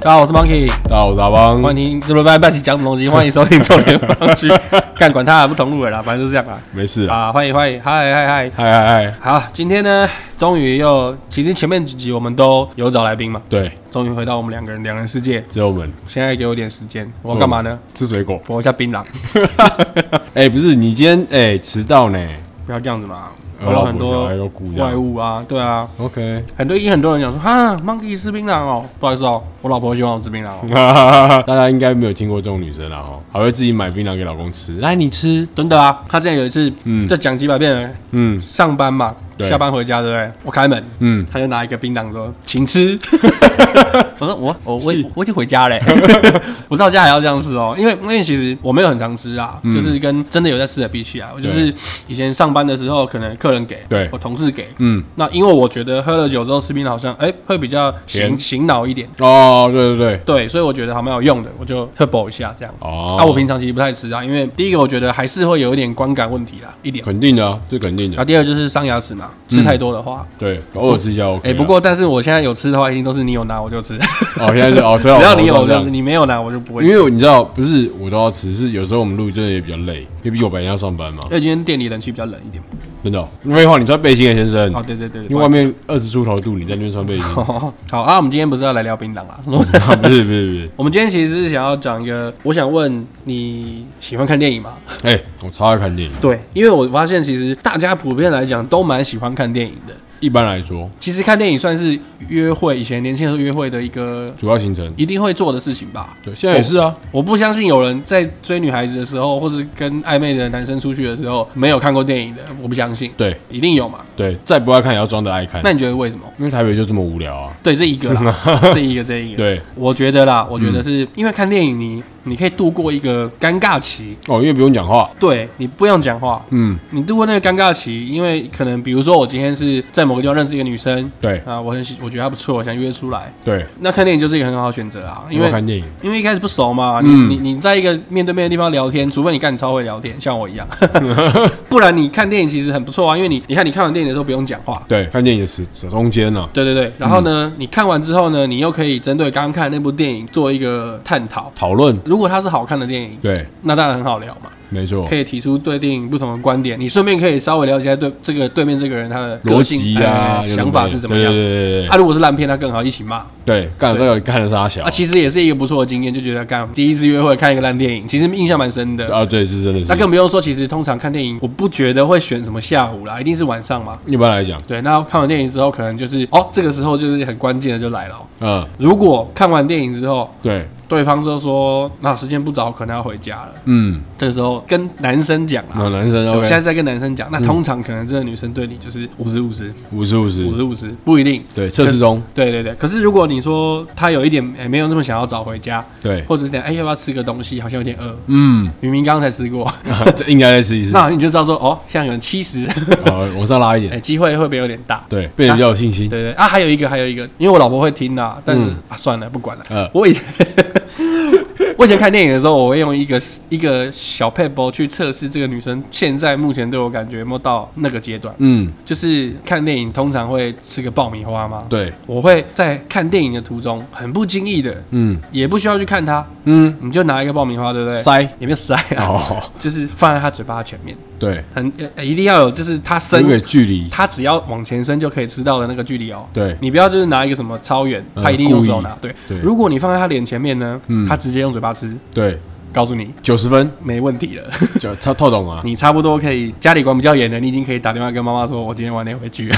大家好，我是 Monkey，大家啊好，我是阿邦。欢迎这礼拜拜是讲什么东西？欢迎收听重点放 去，干管他不重录了啦，反正就是这样啦。没事啊，啊，欢迎欢迎，嗨嗨嗨。嗨嗨嗨，好，今天呢，终于又，其实前面几集我们都有找来宾嘛，对，终于回到我们两个人两人世界。只有我们嗯现在给我一点时间，我要干嘛呢？吃水果。我叫槟榔，哎、不是，你今天哎迟、到呢不要这样子嘛。我我有老很婆多小孩有姑娘外物啊，对啊， ？OK，很多也很多人讲说，哈，Monkey 吃槟榔哦，不好意思哦，我老婆喜欢我吃槟榔嗯哦， 大家应该没有听过这种女生了哈，还会自己买槟榔给老公吃。来，你吃，真的啊。她之前有一次，嗯，嗯就讲几百遍了，嗯上班嘛，对下班回家对不对？我开门，嗯，他就拿一个槟榔说：“请吃。” 我说：“我我我已我已经回家 嘞，我到家还要这样吃哦，因为因为其实我没有很常吃啊，就是跟真的有在吃的比起来，我就是以前上班的时候，可能客人给，对我同事给。”嗯，那因为我觉得喝了酒之后吃槟榔好像哎、会比较醒甜醒脑一点，哦，对对对，对，所以我觉得还蛮有用的，我就特补一下这样。哦，啊，我平常其实不太吃啊，因为第一个我觉得还是会有一点观感问题啦，一点。肯定的、啊，这肯定的，然后第二就是伤牙齿嘛，吃太多的话，嗯对，偶尔吃一下 OK 哎、啊。不过但是我现在有吃的话，一定都是你有拿我就吃，哦，现在是 哦，对啊，只要你有我知道的，你没有拿我就不会因吃。为你知道，不是我都要吃，是有时候我们录真的也比较累，因为我白天要上班嘛因，为今天店里冷气比较冷一点。真的哦。废话，你穿背心啊，先生哦，，对对对，因为外面二十出头度，你在那边穿背 心， 不好意思。好啊，我们今天不是要来聊槟榔啊？啊不是不是不是，我们今天其实是想要讲一个，我想问你喜欢看电影吗？哎、我超爱看电影。对， 因为我发现其实大家普遍来讲都蛮喜欢看电影的。一般来说，其实看电影算是约会，以前年轻的时候约会的一个主要行程一定会做的事情吧。对，现在也是啊，我不相信有人在追女孩子的时候，或是跟暧昧的男生出去的时候，没有看过电影的，我不相信，对一定有嘛？对，再不爱看也要装的爱看，那你觉得为什么？因为台北就这么无聊啊。对，这一个 啦，这一个，这一个，对我觉得嗯啦，我觉得是、因为看电影你，你可以度过一个尴尬期，哦，因为不用讲话，对你不用讲话，嗯，你度过那个尴尬期，因为可能比如说我今天是在某个地方认识一个女生对啊，我很喜，我觉得她不错，我想约出来，对，那看电影就是一个很好的选择啊，因因为为看电影，因为一开始不熟嘛，你、嗯你你在一个面对面的地方聊天，除非你干你超会聊天，像 我一样，不然你看电影其实很不错啊，因为你你看你看完电影的时候不用讲话。对，看电影是中间呢、啊，对对对，然后呢，你看完之后呢，你又可以针对刚刚看的那部电影做一个探讨。讨论，如果它是好看的电影，对，那当然很好聊嘛，没错可，以提出对电影不同的观点。你顺便可以稍微了解一下对这个对面这个人他的个逻性辑啊，哎有的想法没的是怎么样。对对对啊，对如果是烂片，那更好，一起骂。对，对，干对这个看的是阿小啊，其实也是一个不错的经验，就觉得干第一次约会看一个烂电影，其实印象蛮深的。啊，对，是真的那是，更不用说，其实通常看电影，我不觉得会选什么下午啦，一定是晚上嘛。一般来讲，对，那看完电影之后，可能就是哦，这个时候就是很关键的就来了哦。嗯，如果看完电影之后，对，对方就说那时间不早，可能要回家了，嗯，这个时候跟男生讲啊，那男生我现在嗯 OK，是在跟男生讲，那通常可能这个女生对你就是五十五十，五十五五十，十五十，不一定。对，测试中，对对对，可是如果你说她有一点哎、没有那么想要早回家，对，或者是讲哎、要不要吃个东西，好像有点饿，嗯， 明明刚刚才吃过，这应该再试一试， 那你就知道说哦，现在可能七十，好，我上拉一点哎，，机会会不会有点大？对，变得比较有信心。对对啊，还有一个，还有一个，因为我老婆会听啦，但是、嗯啊，算了，不管了。嗯我以前 我以前看电影的时候，我会用一个一个小 p a p e 去测试这个女生现在目前对我感觉有没有到那个阶段。嗯，就是看电影通常会吃个爆米花吗？对，我会在看电影的途中，很不经意的，嗯也不需要去看它，嗯，你就拿一个爆米花，对不对？塞，也没有塞啊，哦，就是放在她嘴巴前面， 对，很、呃一定要有，就是她有伸点距离，他只要往前伸就可以吃到的那个距离哦。对你不要就是拿一个什么超远，嗯他一定用手拿。对，对如果你放在他脸前面呢，嗯他直接用嘴巴吃，对，告诉你九十分没问题了， 就他透懂啊，你差不多可以家里管比较严的，你已经可以打电话跟妈妈说，我今天晚点回去。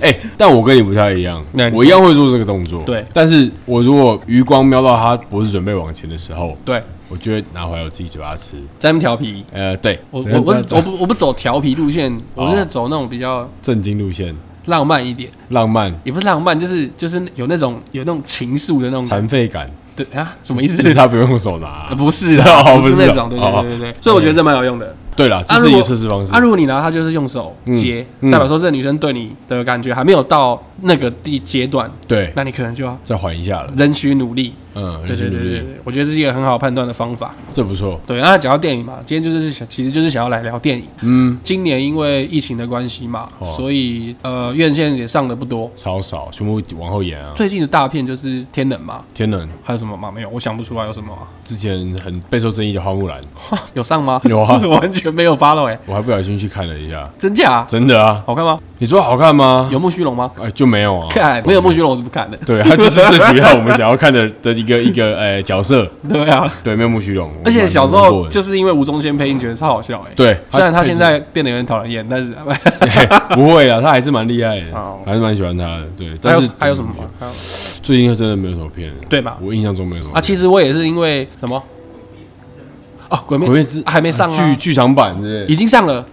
哎、但我跟你不太一样那，你说我一样会做这个动作，对但是我如果余光瞄到他脖子准备往前的时候， 对，我就会拿回来我自己嘴巴吃，在那边调皮。呃，对，我哦等我下我这我样不我不走调皮路线，我就是走那种比较正经路线，浪漫一点，浪漫。也不是浪漫，就是就是有那种有那种情愫的那种感残 废感，对啊，什么意思就？是他不用用手拿、 呃不是的哦，不是不是那哦种，对哦对对对对，所以我觉得这蛮有用的。对了，这啊是如一果个测试方式啊，。如果你拿它就是用手接，嗯嗯代表说这女生对你的感觉还没有到那个地阶段，对，那你可能就要再缓一下了。仍需努力。嗯，对对对对对，对我觉得这是一个很好判断的方法。这不错。对，那讲到电影嘛，今天就是想，其实就是想要来聊电影。嗯，今年因为疫情的关系嘛，哦所以呃院线也上的不多。超少，全部往后延啊。最近的大片就是《天能》嘛，天能还有什么吗？没有，我想不出来有什么啊、 之前很备受争议的花木兰，有上吗？有啊我 完全没有 follow 哎、我还不小心去看了一下，真假、真的啊。好看吗？你说好看吗？有木须龙吗？ 哎，就没有啊。看没有木须龙我就不看了。 对，它就是最主要我们想要看的的一个 一个呃角色。对啊，对，没有木须龙。而且小时我蛮难过候的就是因为吴宗宪配音觉得超好笑哎、对，虽然他现在变得有点讨人厌，但是还 嘿不会啊，他还是蛮厉害的哦，还是蛮喜欢他的。对，但是嗯有还有什么吗？还有最近真的没有什么片，对吧？我印象中没有什么啊，片。其实我也是因为什么？啊，鬼鬼灭灭之还没上剧啊，剧场版之类已经上了。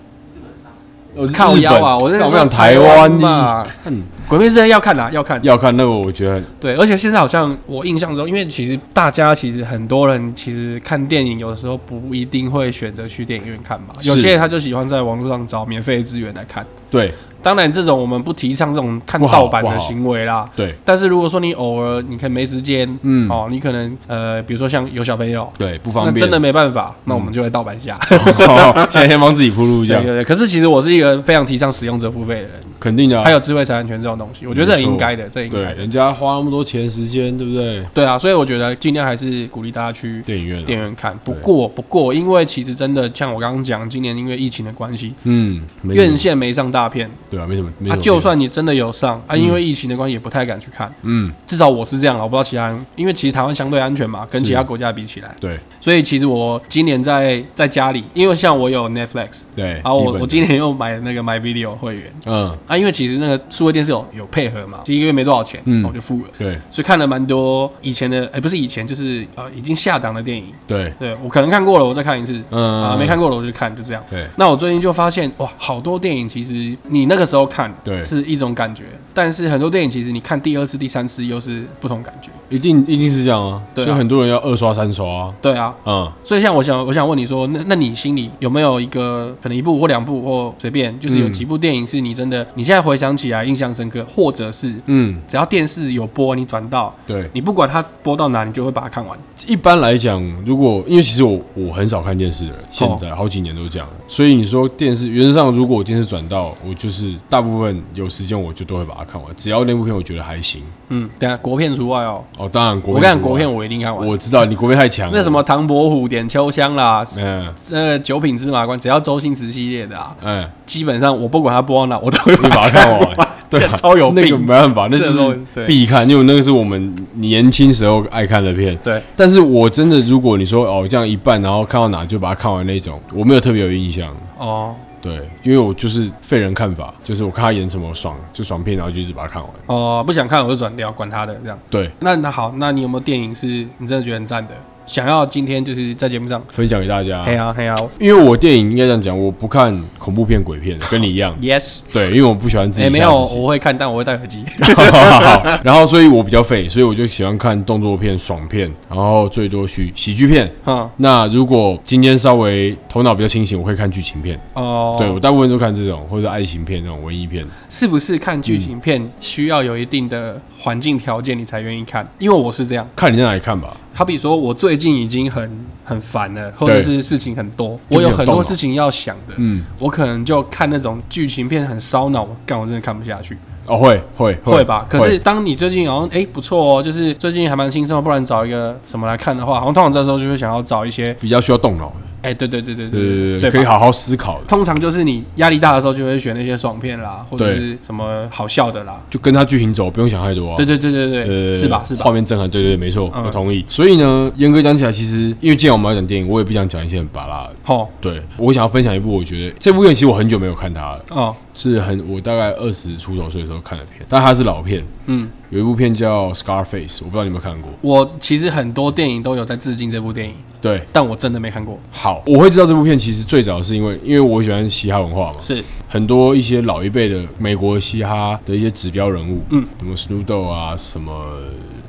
我靠腰啊我在在说想台台湾嘛你看鬼灭之刃要看啊啦，要看。要看那个，我觉得对，而且现在好像我印象中，因为其实大家其实很多人其实看电影有的时候不一定会选择去电影院看嘛，是有些人他就喜欢在网络上找免费的资源来看。对当然，这种我们不提倡这种看不好盗版不的好行为啦。对，但是如果说你偶尔你可能没时间，嗯，哦，你可能呃，比如说像有小朋友，对，不那方便，真的没办法，那我们就来盗版一 下。现在先帮自己铺路，这对样对对，可是其实我是一个非常提倡使用者付费的人，肯定的啊。还有智慧财产权这种东西，我觉得这很应该的，这很应对，该的。人家花那么多钱时间，对不对？对啊，所以我觉得尽量还是鼓励大家去电影院啊，电影院看。不过不过，因为其实真的像我刚刚讲，今年因为疫情的关系，嗯，没什么院线没上大片，对啊，没什么，没什嗯啊，么就片算你真的有上啊，因为疫情的关系也不太敢去看。嗯，至少我是这样啦，我不知道其他人，因为其实台湾相对安全嘛，跟是其他国家比起来，对所以其实我今年在在家里，因为像我有 Netflix，对，然后哎基我本我今年又买那个 My Video 会员。嗯啊，因为其实那个数位电视有有配合嘛，就一个月没多少钱，嗯我就付了，对所以看了蛮多以前的，哎、不是以前，就是呃已经下档的电影，对对我可能看过了，我再看一次，嗯啊、没看过了我就看，就这样。对那我最近就发现，哇，好多电影其实你那个时候看，对是一种感觉，但是很多电影其实你看第二次、第三次又是不同感觉，一定一定是这样啊，对啊所以很多人要二刷三刷啊，对啊。嗯，所以像我想，我想问你说，那那你心里有没有一个可能一部或两部或随便，就是有嗯几部电影是你真的你现在回想起来印象深刻，或者是嗯，只要电视有播，你转到，对。你不管它播到哪，你就会把它看完。一般来讲，如果因为其实我我很少看电视了，现在哦好几年都这样，所以你说电视原则上，如果我电视转到，我就是大部分有时间我就都会把它看完，只要那部片我觉得还行。嗯，等一下国片除外哦。哦，当然国我片看除外国片，我一定看完。我知道你国片太强了，那什么唐伯虎点秋香啦，嗯呃九品芝麻官，只要周星驰系列的啊，嗯，基本上我不管它播到哪，我都会你把它 看完，对啊，超有那个病没办法，那就这种是对必看，因为那个是我们年轻时候爱看的片。对，但是我真的，如果你说哦这样一半，然后看到哪就把它看完那种，我没有特别有印象。哦对，因为我就是废人看法，就是我看他演什么爽就爽片，然后就一直把它看完。哦，不想看我就转掉，管他的这样。对，那那好，那你有没有电影是你真的觉得很赞的？想要今天就是在节目上，分享给大家。嘿啊嘿啊。因为我电影应该这样讲，我不看恐怖片、鬼片，跟你一样，yes， 对，因为我不喜欢自己哎吓没自己。有，我会看，但我会戴耳 机。好 然后所以我比较废，所以我就喜欢看动作片、爽片，然后最多喜喜剧片。嗯那如果今天稍微头脑比较清醒，我会看剧情片。哦，对我大部分都看这种，或者爱情片那种文艺片。是不是看剧情片需要有一定的环境条件你才愿意看？因为我是这样，看你在哪里看吧。好比说我最近已经很很烦了，或者是事情很多，我就没有有很动多脑事情要想的，嗯，我可能就看那种剧情片很烧脑，我干我真的看不下去，哦，会会会吧？可是会当你最近好像哎、不错哦，就是最近还蛮轻松，不然找一个什么来看的话，好像通常这时候就会想要找一些比较需要动脑的，哎、对对对对对对对对，可以吧？好好思考的，通常就是你压力大的时候就会选那些爽片啦，或者对是什么好笑的啦，就跟他剧情走，不用想太多啊。对对对对对，是吧？是吧？画面震哦撼，对对对，没错，嗯我同意。所以呢，严格讲起来，其实因为既然我们要讲电影，我也不想讲一些很拔拉的。哦对我想要分享一部，我觉得这部片其实我很久没有看它了，哦，是很我大概二十出头岁的时候看的片，但它是老片。嗯，有一部片叫《Scarface》，我不知道你有没有看过。我其实很多电影都有在致敬这部电影，对，但我真的没看过。好，我会知道这部片其实最早是因为，因为我喜欢嘻哈文化嘛，是很多一些老一辈的美国嘻哈的一些指标人物，嗯，什么 Snoop Dogg 啊，什么。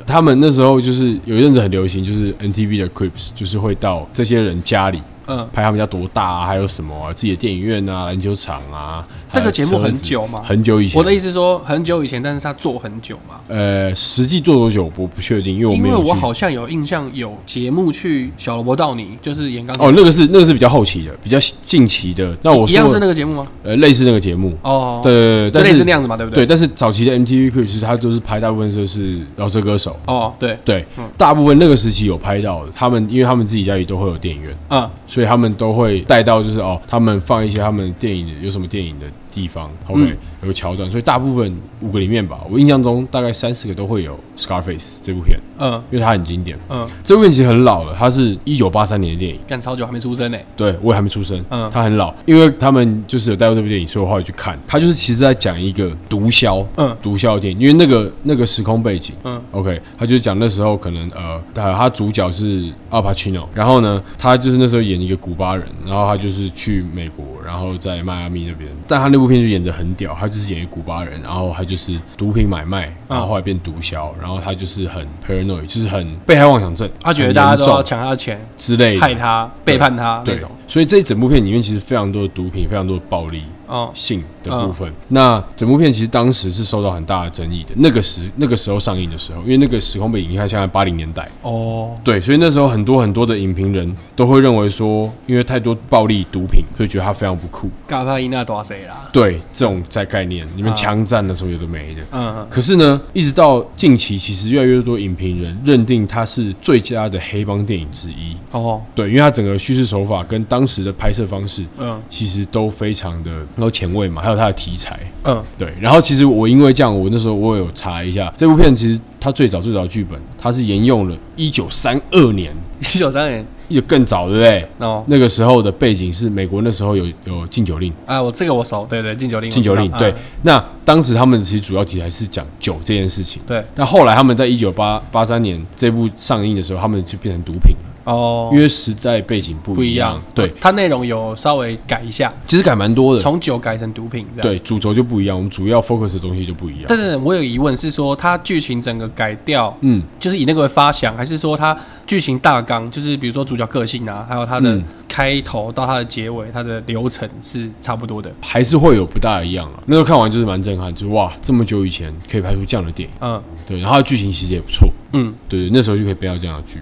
他们那时候就是有一阵子很流行，就是 NTV 的 Crips，就是会到这些人家里，嗯拍他们家多大啊，还有什么啊，自己的电影院啊、篮球场啊。这个还有节目很车子久吗很久以前。我的意思是说很久以前，但是他做很久嘛，呃，实际做多久我不确定，因为我因没为有去。我好像有印象有节目去小萝卜到你，就是演钢琴哦，那个是那个是比较后期的，比较近期的。那我一说样是的那个节目吗？呃类似那个节目，哦，对，对对，就但类似是那样子嘛，对不对，对？但是早期的 MTV Cribs 它都是拍大部分就是饶舌歌手，哦，对，对嗯，大部分那个时期有拍到的，他们因为他们自己家里都会有电影院，嗯，所以他们都会带到就是哦，他们放一些他们电影的有什么电影的地方，OK，、嗯有个桥段，所以大部分五个里面吧，我印象中大概三四个都会有呃 Scarface 这部片，嗯因为它很经典。嗯，这部片其实很老了，它是一九八三年的电影，干超久还没出生呢，对我也还没出生，嗯它很老，因为他们就是有带过这部电影，所以我后来去看，它就是其实在讲一个毒枭，嗯毒枭的电影，因为那个那个时空背景，嗯，OK，他就讲那时候可能呃，他他主角是阿帕奇诺，然后呢，他就是那时候演一个古巴人，然后他就是去美国，然后在迈阿密那边，但他那部片就演的很屌，他就是演一个古巴人，然后他就是毒品买卖，嗯然后后来变毒枭，然后他就是很 paranoid，就是很被害妄想症，他觉得很大家严都重要抢他的钱，之类的，害他，背叛他那对种，，嗯所以这整部片里面其实非常多的毒品，非常多的暴力哦，性的部分。那整部片其实当时是受到很大的争议的，那个时那个时候上映的时候，因为那个时空背景，你看现在八零年代，哦，对，所以那时候很多很多的影评人都会认为说，因为太多暴力毒品，所以觉得它非常不酷。嘎帕伊娜多谁啦？对，这种在概念，你们啊枪战的时候有的没的。嗯可是呢，一直到近期，其实越来越多影评人认定它是最佳的黑帮电影之一。嗯，哦，对，因为它整个叙事手法跟当时的拍摄方式，嗯其实都非常的然后前卫嘛，还有它的题材。嗯对，然后其实我因为这样，我那时候我有查一下这部片，其实它最早最早的剧本，它是沿用了一九三二年，一九三年，也更早，对不对？哦，那个时候的背景是美国那时候有有禁酒令，啊，我这个我熟，对对，禁酒令，禁酒令我知道对啊。那当时他们其实主要题材是讲酒这件事情，对，但后来他们在一九八八三年这部上映的时候，他们就变成毒品了，哦，因为时代背景不不一一样样。，哦对，它内容有稍微改一下，其实改蛮多的，从酒改成毒品这样。对，主轴就不一样，我们主要 focus 的东西就不一样。但是我有疑问是说，它剧情整个改掉，嗯，就是以那个为发想，还是说它剧情大纲，就是比如说主角个性啊，还有它的嗯开头到它的结尾，它的流程是差不多的？还是会有不大一样啊。那时候看完就是蛮震撼，就是哇，这么久以前可以拍出这样的电影，嗯对，然后它的剧情其实也不错，嗯，对对，那时候就可以拍到这样的剧，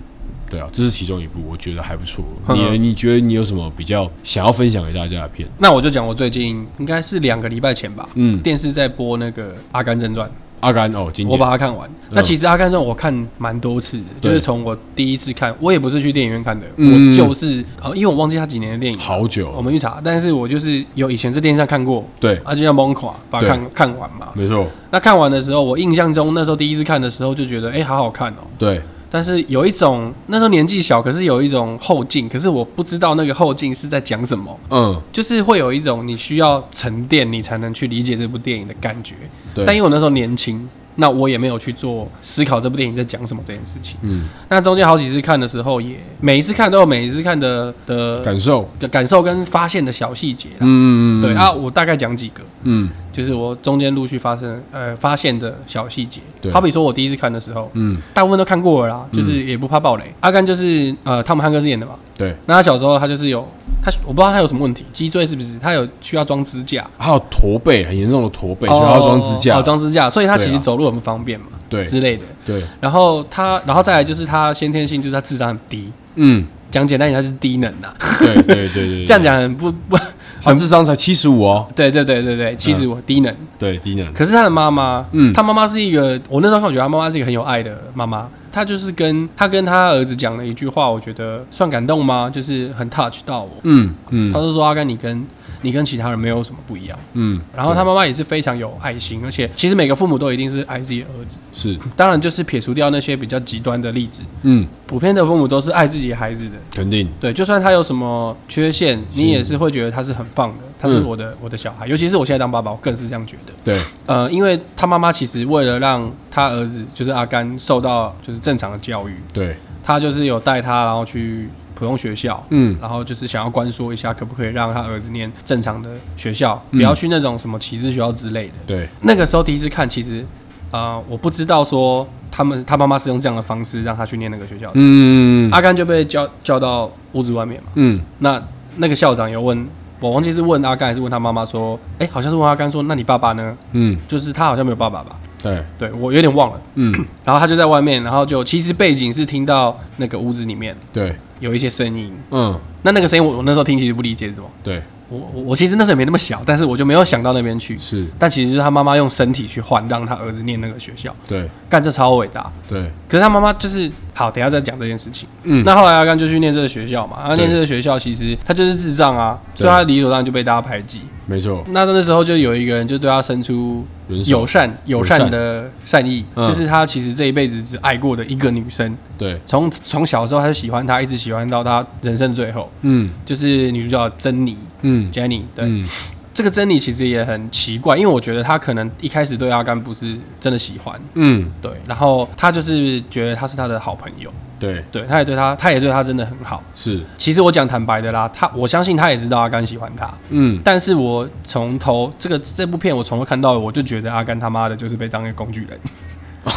对啊，这是其中一部，我觉得还不错。嗯你你觉得你有什么比较想要分享给大家的片？那我就讲我最近应该是两个礼拜前吧，嗯，电视在播那个《阿甘正传》，阿甘哦，经我典，把它看完。那其实《阿甘正传》我看蛮多次的，就对是从我第一次看，我也不是去电影院看的，嗯我就是呃，因为我忘记它几年的电影，好我久，们去查，但是我就是有以前在电视上看过，对，啊，就像蒙垮把它对看看完嘛。没错，那看完的时候，我印象中那时候第一次看的时候就觉得，哎、好好看哦、对，但是有一种那时候年纪小，可是有一种后劲，可是我不知道那个后劲是在讲什么，嗯，就是会有一种你需要沉淀，你才能去理解这部电影的感觉。但因对，为我那时候年轻，那我也没有去做思考这部电影在讲什么这件事情。嗯，那中间好几次看的时候也，每一次看都有每一次看的的感受，感感受跟发现的小细节啦。嗯嗯，嗯对，啊，我大概讲几个。嗯就是我中间陆续发生呃发现的小细节对，好比说我第一次看的时候，嗯，大部分都看过了啦，就是也不怕暴雷。阿甘就是呃汤姆汉克斯演的嘛，对，那他小时候他就是有他我不知道他有什么问题，脊椎是不是他有需要装支架？还有驼背，很严重的驼背，所以他要装支架哦，装支架，所以他其对实啊走路很不方便嘛，对之类的。对，然后他，然后再来就是他先天性就是他智商很低，嗯，讲简单一点，他就是低能啊，对对对对对，这样讲很不 不，他智商才七十五哦，对对对对对，其实我低能，对，低能，可是他的妈妈，嗯嗯，他妈妈是一个，我那时候看，我觉得他妈妈是一个很有爱的妈妈。她就是跟她跟她儿子讲了一句话，我觉得算感动吗？就是很 touch 到我。嗯嗯她就说：“阿甘，你跟你跟其他人没有什么不一样。嗯”，然后她妈妈也是非常有爱心，而且其实每个父母都一定是爱自己的儿子，是，当然就是撇除掉那些比较极端的例子，嗯，普遍的父母都是爱自己的孩子的。肯定，对，就算他有什么缺陷，你也是会觉得他是很棒的，他是嗯我的、我的小孩。尤其是我现在当爸爸，我更是这样觉得。对，呃，因为他妈妈其实为了让他儿子就是阿甘受到就是正常的教育，对，他就是有带他然后去普通学校，嗯，然后就是想要关说一下，可不可以让他儿子念正常的学校，不要去那种什么旗帜学校之类的。对，那个时候第一次看，其实呃，我不知道说他们他妈妈是用这样的方式让他去念那个学校的。嗯，阿甘就被叫叫到屋子外面嘛。嗯，那那个校长有问我，忘记是问阿甘还是问他妈妈说，哎、好像是问阿甘说，那你爸爸呢？嗯，就是他好像没有爸爸吧？对，对我有点忘了。嗯，然后他就在外面，然后就其实背景是听到那个屋子里面对，有一些声音，嗯，那那个声音我我那时候听其实不理解是什么，对，我我我其实那时候也没那么小，但是我就没有想到那边去。是，但其实就是他妈妈用身体去换，让他儿子念那个学校，对，干这超伟大。对，可是他妈妈就是好，等一下再讲这件事情。嗯，那后来阿甘就去念这个学校嘛，啊他念对这个学校其实他就是智障啊，对所以他理所当然就被大家排挤。没错，那那时候就有一个人就对他伸出人手友善友善的善意，嗯就是他其实这一辈子只爱过的一个女生，对，从从小时候他就喜欢她，一直喜欢到她人生的最后，嗯，就是女主角珍妮嗯， Jenny 对。嗯，这个珍妮其实也很奇怪，因为我觉得她可能一开始对阿甘不是真的喜欢，嗯，对，然后她就是觉得他是她的好朋友，对，对，她也对他，她也对他真的很好。是，其实我讲坦白的啦，她我相信她也知道阿甘喜欢她，嗯，但是我从头这个这部片我从头看到尾，我就觉得阿甘他妈的就是被当一个工具人。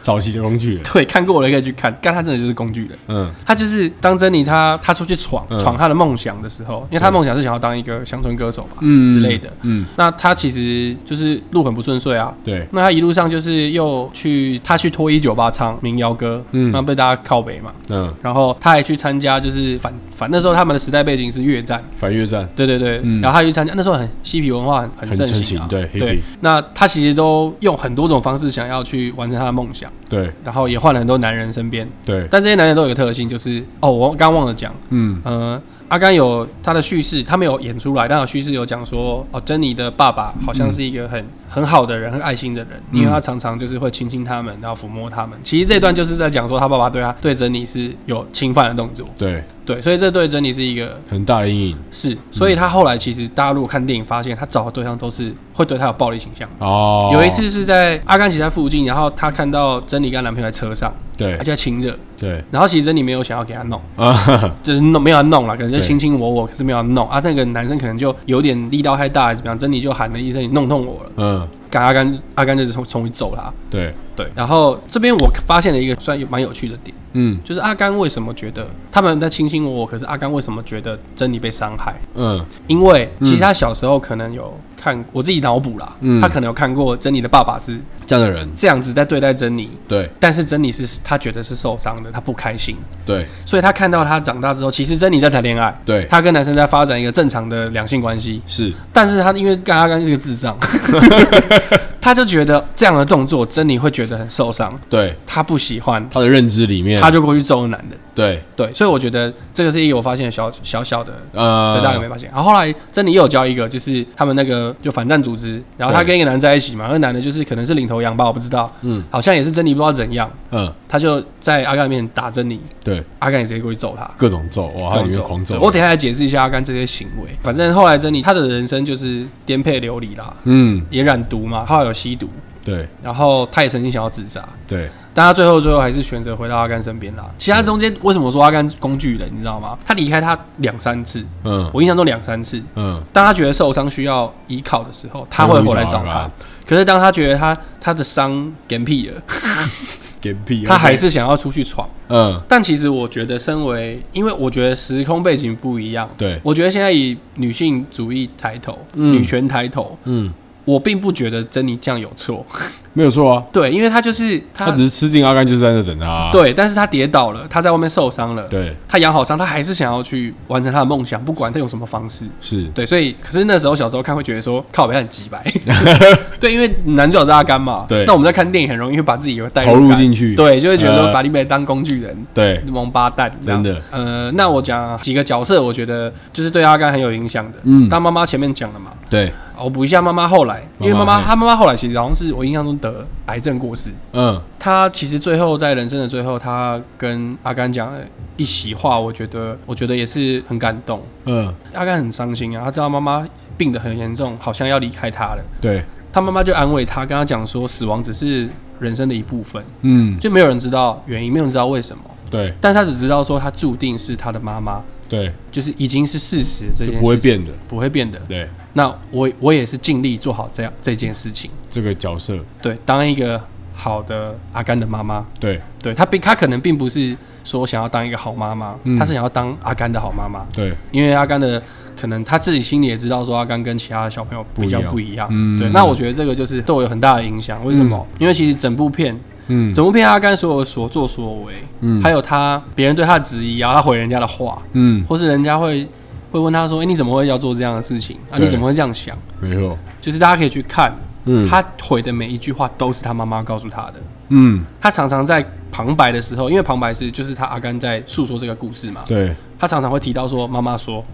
早期的工具人，对，看过了可以去看，但他真的就是工具人。嗯，他就是当珍妮她她出去闯嗯闯她的梦想的时候，因为她梦想是想要当一个乡村歌手吧，嗯之类的。嗯，那她其实就是路很不顺遂啊，对，那他一路上就是又去，他去脱衣酒吧唱民谣歌，嗯嗯，那被大家靠北嘛。嗯，然后他还去参加，就是反反那时候他们的时代背景是越战，反越战，对对对，嗯然后他去参加那时候很嬉皮文化很很很盛盛行啊，行对 hippie 那他其实都用很多种方式想要去完成他的梦想，对，然后也换了很多男人身边，对，但这些男人都有个特性，就是哦，我刚忘了讲，嗯，呃，阿甘有他的叙事，他没有演出来，但有叙事有讲说，哦，珍妮的爸爸好像是一个很、很好的人，很爱心的人，嗯因为他常常就是会亲亲他们，然后抚摸他们。其实这段就是在讲说，他爸爸对他对珍妮是有侵犯的动作，对，对，所以这对珍妮是一个很大的阴影，是，所嗯以他后来其实大家如果看电影发现，他找的对象都是会对他有暴力倾向。哦，有一，次是在阿甘骑在附近，然后他看到珍妮跟她男朋友在车上，对他，就在亲热， 对，然后其实珍妮没有想要给他弄。啊，就是弄没有要弄了，可能就对卿卿我我，可是没有要弄啊。那个男生可能就有点力道太大，还是怎么样？珍妮就喊了一声：“你弄痛我了嗯，！”赶阿甘，阿甘就是冲冲去揍他。对，对，然后这边我发现了一个算有蛮有趣的点，嗯，就是阿甘为什么觉得他们在卿卿我我，可是阿甘为什么觉得珍妮被伤害？嗯，因为其实他小时候可能有看，我自己脑补啦，嗯他可能有看过珍妮的爸爸是这样的人，这样子在对待珍妮，对，但是珍妮是他觉得是受伤的，他不开心，对，所以他看到他长大之后，其实珍妮在谈恋爱，对，他跟男生在发展一个正常的两性关系，是，但是他因为干阿甘是个智障，他就觉得这样的动作珍妮会觉得很受伤，对，他不喜欢，他的认知里面，他就过去揍男的。对，对，所以我觉得这个是一个我发现的小小小的，呃对，大家有没有发现？然后后来珍妮又有教一个，就是他们那个就反战组织，然后他对跟一个男在一起嘛，那个男的就是可能是领头羊吧，我不知道，嗯嗯，好像也是珍妮不知道怎样，嗯，他就在阿甘面打珍妮，对，阿甘也直接过去揍他，各种揍，哦哇，他里面狂揍，我等一下来解释一下阿甘这些行为。反正后来珍妮她的人生就是颠沛流离啦，嗯，也染毒嘛，后来有吸毒，对，然后她也曾经想要自杀，对，但她最后最后还是选择回到阿甘身边啦。其他中间为什么说阿甘工具人，你知道吗？他离开他两三次，嗯，我印象中两三次。嗯，当他觉得受伤需要依靠的时候，他会回来找他会他去。可是当他觉得他他的伤嗝屁了，给屁，他还，是想要出去闯。嗯，但其实我觉得，身为因为我觉得时空背景不一样，对，我觉得现在以女性主义抬头、嗯女权抬头，嗯，我并不觉得珍妮这样有错。 没有错啊，对，因为她就是她，他只是吃定阿甘，就是在那等他，，啊对，但是她跌倒了，她在外面受伤了，对，她养好伤，她还是想要去完成她的梦想，不管她用什么方式。是，对，所以可是那时候小时候看会觉得说，靠，别很鸡 白。对，因为男主角是阿甘嘛，对那我们在看电影很容易会把自己有带投入感进去对，就会觉得呃说把你们当工具人。对，王八蛋，这样真的。呃，那我讲几个角色，我觉得就是对阿甘很有影响的。嗯当妈妈前面讲了嘛，对，我补一下妈妈后来，因为妈妈妈妈嘿她妈妈后来其实好像是我印象中得癌症过世。嗯，她其实最后在人生的最后，她跟阿甘讲了一席话，我觉得我觉得也是很感动。嗯，阿甘很伤心啊，他知道妈妈病得很严重，好像要离开他了。对，他妈妈就安慰他，跟他讲说，死亡只是人生的一部分，嗯，就没有人知道原因，没有人知道为什么。对，但他只知道说他注定是他的妈妈，对，就是已经是事实这就件事不会，变的，不会变的。对，那我我也是尽力做好这样这件事情，这个角色，对，当一个好的阿甘的妈妈。对对她并她可能并不是说想要当一个好妈妈，嗯她是想要当阿甘的好妈妈，对，因为阿甘的可能她自己心里也知道说阿甘跟其他的小朋友比较不不一一样样。嗯对，那我觉得这个就是对我有很大的影响。为什么？因为其实整部片嗯，整部片阿甘所有所作所为，嗯还有他别人对他的质疑啊，他回人家的话，嗯，或是人家会会问他说：“哎、你怎么会要做这样的事情啊？你对怎么会这样想没错，？”就是大家可以去看，嗯，他回的每一句话都是他妈妈告诉他的。嗯，他常常在旁白的时候，因为旁白是就是他阿甘在诉说这个故事嘛，对，他常常会提到说：“妈妈说，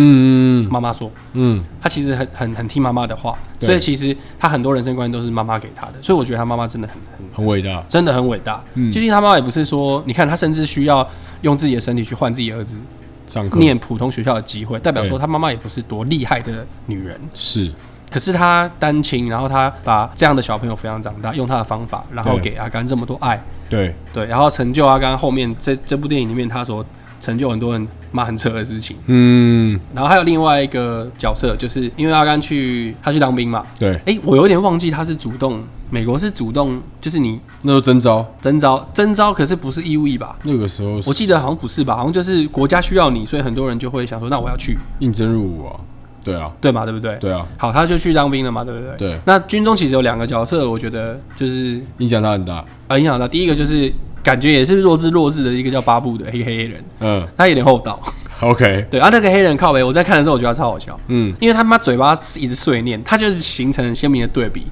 嗯妈妈说。”嗯他其实很很很听妈妈的话，对所以其实他很多人生观都是妈妈给他的，所以我觉得他妈妈真的很很嗯，很伟大，真的很伟大。嗯毕竟他妈妈也不是说，你看他甚至需要用自己的身体去换自己儿子上课念普通学校的机会，代表对说他妈妈也不是多厉害的女人。是，可是她单亲，然后她把这样的小朋友抚养长大，用她的方法，然后给对阿甘这么多爱，对，对，然后成就阿甘后面这这部电影里面他所成就很多人妈很扯的事情。嗯，然后还有另外一个角色，就是因为阿甘去他去当兵嘛，对，诶，哎我有点忘记他是主动，美国是主动，就是你那时候征招，征招征招，可是不是义务役吧？那个时候是我记得好像不是吧？好像就是国家需要你，所以很多人就会想说，那我要去，应征入伍啊，对啊，对嘛？对不对？。对啊，好，他就去当兵了嘛，对不对？对，那军中其实有两个角色，我觉得就是影响他很大，呃影响到第一个就是感觉也是弱智弱智的一个叫巴布的黑黑人，嗯他有点厚道。 ，OK，对啊，那个黑人靠北，我在看的时候我觉得他超好笑，嗯，因为他妈嘴巴是一直碎念，他就是形成很鲜明的对比。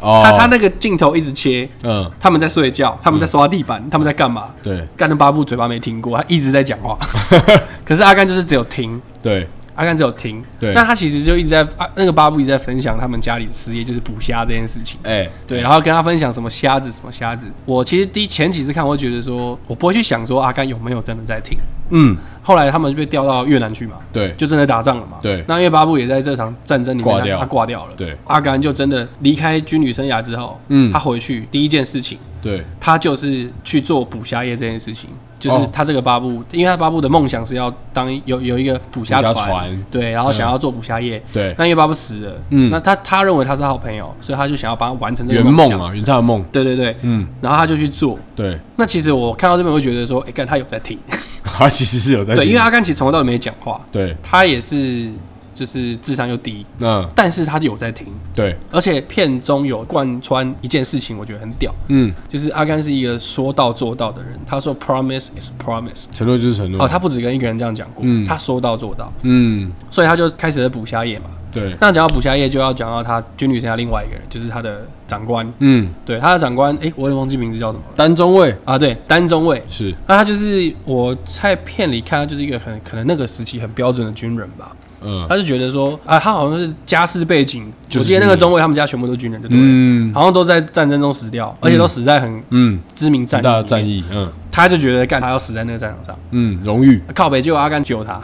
哦，他他那个镜头一直切，嗯，他们在睡觉，他们在刷地板，他们在干嘛？对 干的巴布嘴巴没停过，他一直在讲话。 可是阿甘就是只有听，对阿甘只有听。对那他其实就一直在啊那个巴布一直在分享他们家里的事业，就是捕虾这件事情。哎，对，然后跟他分享什么虾子什么虾子。我其实第一前几次看，我会觉得说，我不会去想说阿甘有没有真的在听。嗯，后来他们就被调到越南去嘛，对就真的打仗了嘛。对那因为巴布也在这场战争里面挂他掉他挂掉了。对阿甘就真的离开军旅生涯之后，嗯他回去第一件事情，对，他就是去做捕虾业这件事情，就是哦他这个巴布，因为他巴布的梦想是要当有有一个捕虾捕虾船，船对，然后想要做捕虾业。对，那因为巴布死了，嗯那他他认为他是好朋友，所以他就想要帮他完成这个圆梦想。啊，圆他的梦，对对对，嗯，然后他就去做。对，那其实我看到这边，我会觉得说，哎、看他有在听，他其实是有在对，因听为阿甘其实从头到尾没讲话，对，他也是就是智商又低，嗯，但是他有在听，对，而且片中有贯穿一件事情，我觉得很屌，嗯，就是阿甘是一个说到做到的人。他说 “promise is promise”，承诺就是承诺，哦，他不止跟一个人这样讲过，嗯他说到做到，嗯，所以他就开始在捕虾业嘛。对，那讲到捕虾业，就要讲到他军旅生涯另外一个人，就是他的长官。嗯，对，他的长官，诶，我有点忘记名字叫什么了单中位啊？对，单中尉。是那他就是我在片里看，他就是一个很可能那个时期很标准的军人吧。嗯他就觉得说，啊，他好像是家世背景，就是我记得那个中尉他们家全部都军人，就对了，嗯好像都在战争中死掉，而且都死在很嗯，知名战很役。大的战，役，嗯他就觉得干，他要死在那个战场上。嗯，荣誉靠北就有阿甘救他，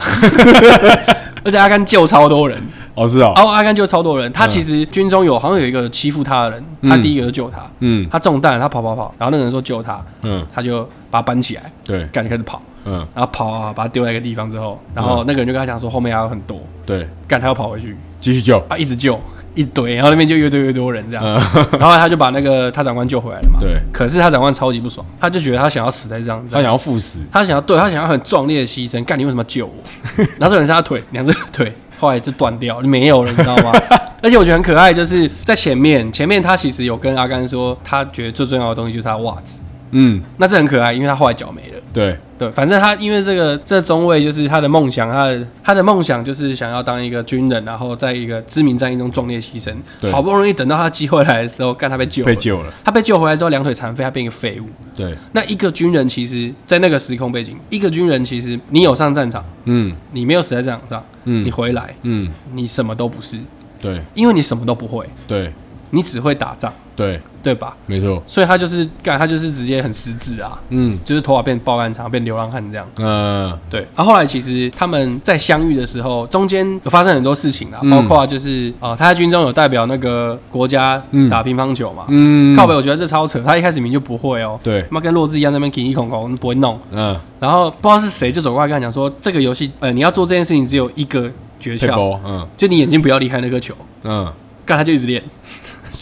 而且阿甘救超多人，哦是啊然，后阿甘救超多人。他其实军中有好像有一个欺负他的人，他嗯第一个就救他，嗯他中弹，他跑跑跑，然后那个人说救他，嗯，他就把他搬起来，对，干就开始跑，嗯然后跑啊，把他丢在一个地方之后，然后那个人就跟他讲说后面还有很多，对，干他又跑回去，继续救，啊，一直救一堆，然后那边就越堆越多人这样，嗯然 后他就把那个他长官救回来了嘛。对，可是他长官超级不爽，他就觉得他想要死在这样他想子，要赴死，他想要对他想要很壮烈的牺牲，干你为什么要救我？ 然后这人是他腿，两只腿后来就断掉，没有了，你知道吗？ 而且我觉得很可爱，就是在前面，前面他其实有跟阿甘说，他觉得最重要的东西就是他的袜子，嗯，那这很可爱，因为他后来脚没了。对，对，反正他因为这个这中尉就是他的梦想，他的他的梦想就是想要当一个军人，然后在一个知名战役中壮烈牺牲对。好不容易等到他机会来的时候，干他被救了被救了，他被救回来之后，两腿残废，他变一个废物。对，那一个军人其实，在那个时空背景，一个军人其实你有上战场，嗯你没有死在战场上，嗯你回来，嗯，你什么都不是，对因为你什么都不会，对你只会打仗，对，对吧？没错，所以他就是干，他就是直接很失智啊，嗯就是头发变爆干长，变流浪汉这样。嗯对，然、后后来其实他们在相遇的时候，中间有发生很多事情啊，嗯包括就是呃，他在军中有代表那个国家嗯打乒乓球嘛，嗯，靠北我觉得这超扯，他一开始明明就不会哦，对，妈跟弱智一样在那边一孔孔不会弄，嗯，然后不知道是谁就走过来跟他讲说，这个游戏呃你要做这件事情只有一个诀配窍，包，嗯就你眼睛不要离开那颗球，嗯，干他就一直练，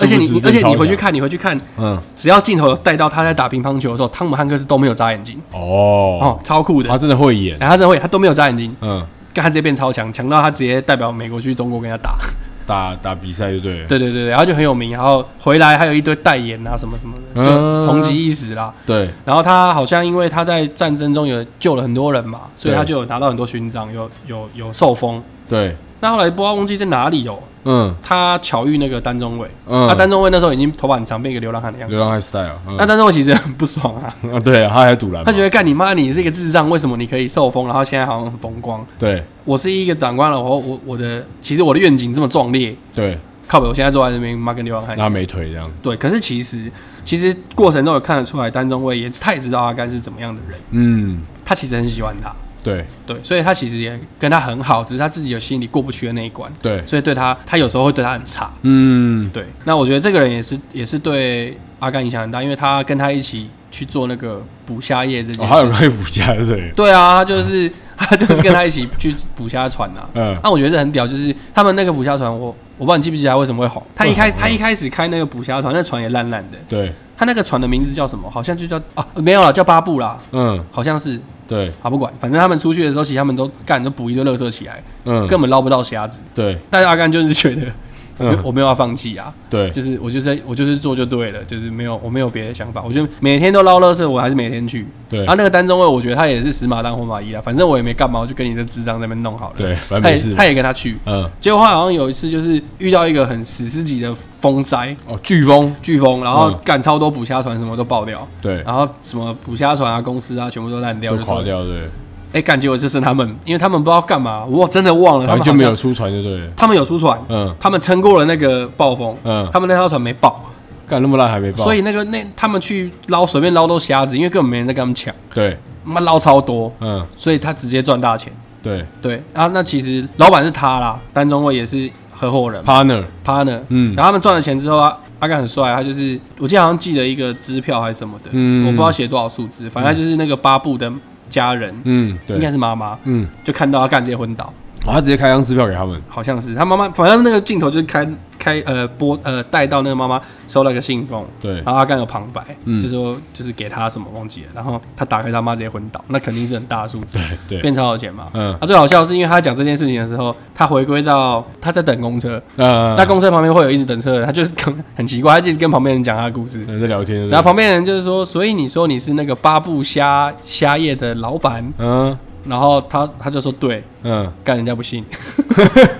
而且是你不是而且真你超回去强，看，你回去看，嗯，只要镜头有带到他在打乒乓球的时候，汤姆汉克斯都没有眨眼睛，哦，哦，超酷的。他真的会演，哎，他真的会，他都没有眨眼睛，嗯，干他直接变超强，强到他直接代表美国去中国跟他打。打打比赛就对了，对对对对，然后就很有名，然后回来还有一堆代言啊什么什么的，嗯就红极一时啦。对然后他好像因为他在战争中有救了很多人嘛，所以他就有拿到很多勋章，有有有受封。对，那后来不知道忘记在哪里哦，嗯他巧遇那个单中伟，嗯，他单中伟那时候已经头发很长，变一个流浪汉的样子。流浪汉 style，嗯那单中伟其实很不爽 啊，啊，对，他还堵拦嘛，他觉得干你妈，你是一个智障，为什么你可以受封，然后现在好像很风光？对我是一个长官了，我我我的其实我的愿景这么壮烈，对，靠北，我现在坐在这边妈跟流浪汉一样。拉美腿这样，对，可是其实其实过程中有看得出来，单中卫也他也知道阿甘是怎么样的人，嗯，他其实很喜欢他，对对，所以他其实也跟他很好，只是他自己有心里过不去的那一关，对，所以对他他有时候会对他很差。嗯，对，那我觉得这个人也是也是对阿甘影响很大，因为他跟他一起去做那个捕虾业这件哦，事。他很爱补家，对，对啊，他就是他就是跟他一起去捕虾船啊。嗯，那我觉得这很屌，就是他们那个捕虾船，我我不知道你记不记得他为什么会红。他一开为什么嗯他一开始开那个捕虾船，那船也烂烂的，对，他那个船的名字叫什么？好像就叫啊，没有了，叫巴布啦，嗯，好像是对，啊，不管，反正他们出去的时候，其实他们都干都捕一堆垃圾起来，嗯，根本捞不到虾子。对，但是阿甘就是觉得我没嗯，我没有要放弃啊，对，就是我就在我就是做就对了，就是没有我没有别的想法，我就每天都捞垃圾，我还是每天去。对啊，，那个单中位，我觉得他也是死马当活马医啊，反正我也没干嘛，我就跟你这智障在那边弄好了。对，反正他没事也，他也跟他去，嗯，结果他好像有一次就是遇到一个很史诗级的风灾。哦，飓风，飓风，啊然后嗯赶超多捕虾船，什么都爆掉。对，然后什么捕虾船啊、公司啊，全部都烂掉，都就垮对了。掉，对，哎，感觉我就剩他们，因为他们不知道干嘛，我真的忘了，他反正们就没好有像，出船就对了，他们有出船，嗯他们撑过了那个暴风，嗯，他们那条船没爆，干那么烂还没爆，所以那个那他们去捞随便捞都虾子，因为根本没人在跟他们抢，对，妈捞超多，嗯，所以他直接赚大钱。对对啊，那其实老板是他啦，单中尉也是合伙人，partner， partner，嗯然后他们赚了钱之后啊，阿甘很帅，他就是我记得好像寄了一个支票还是什么的，嗯我不知道写多少数字，反正就是那个巴布的家人，嗯，应该对，是妈妈，嗯，就看到他干这些昏倒，哦他直接开张支票给他们，好像是他妈妈，反正那个镜头就是开开呃播呃带到那个妈妈收到一个信封，对然，后阿甘有旁白，嗯就说就是给他什么忘记了，然后他打开他妈直接昏倒，那肯定是很大的数字，对，对，变超有钱嘛。啊嗯，他、最好笑的是，因为他讲这件事情的时候，他回归到他在等公车，那那公车旁边会有一直等车的人，他就是跟很奇怪，他一直跟旁边人讲他的故事。嗯在聊天，然后旁，边人就是说，所以你说你是那个八布虾虾业的老板，嗯然后他他就说对，嗯，干人家不信，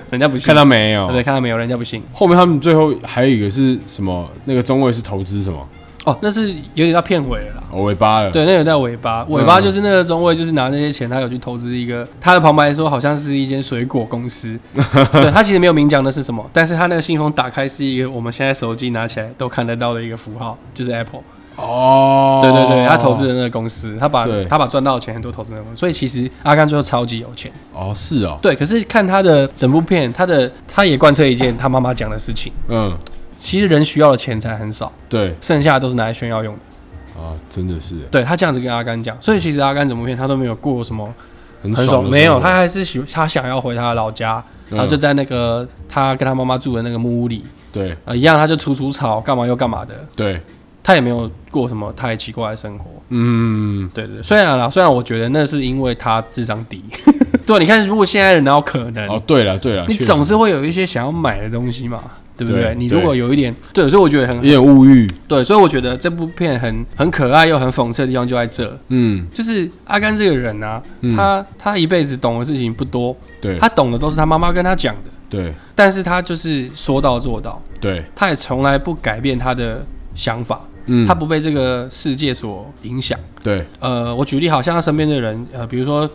人家不信，看到没有？对，看到没有，人家不信。后面他们最后还有一个是什么？那个中卫是投资什么？哦，那是有点到片尾了啦。哦，尾巴了。对，那有在尾巴，尾巴就是那个中尉，就是拿那些钱，他有去投资一个，他的旁白说好像是一间水果公司，对他其实没有明讲的是什么，但是他那个信封打开是一个我们现在手机拿起来都看得到的一个符号，就是 Apple。哦，对对对，他投资的那个公司，他把对他把赚到的钱很多投资那个公司，所以其实阿甘最后超级有钱。哦，是哦，对，可是看他的整部片，他的他也贯彻一件他妈妈讲的事情，嗯，其实人需要的钱财很少，对剩下的都是拿来炫耀用的。啊，真的是对他这样子跟阿甘讲，所以其实阿甘整部片他都没有过什么很很爽爽，的没有，生活他还是喜他想要回他的老家，然后就嗯在那个他跟他妈妈住的那个木屋里，对呃，一样他就除除草，干嘛又干嘛的，对，他也没有过什么太奇怪的生活。嗯，对对，对虽然啦，虽然我觉得那是因为他智商低， 对，啊你看，如果现在人哪有可能，哦，对了对了，你确实总是会有一些想要买的东西嘛，对不对？对你对如果有一点，对，所以我觉得很有点物欲，对，所以我觉得这部片很很可爱又很讽刺的地方就在这，嗯，就是阿甘这个人啊，嗯他他一辈子懂的事情不多，对他懂的都是他妈妈跟他讲的，对但是他就是说到做到，对，他也从来不改变他的想法，嗯，他不被这个世界所影响。对，呃，我举例好像他身边的人，呃，比如说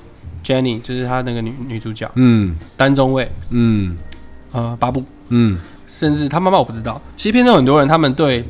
Jenny，就是他那个女女主角，嗯单中尉，嗯呃，巴布，嗯，甚至他妈妈我不知道。其实片中很多人，他们对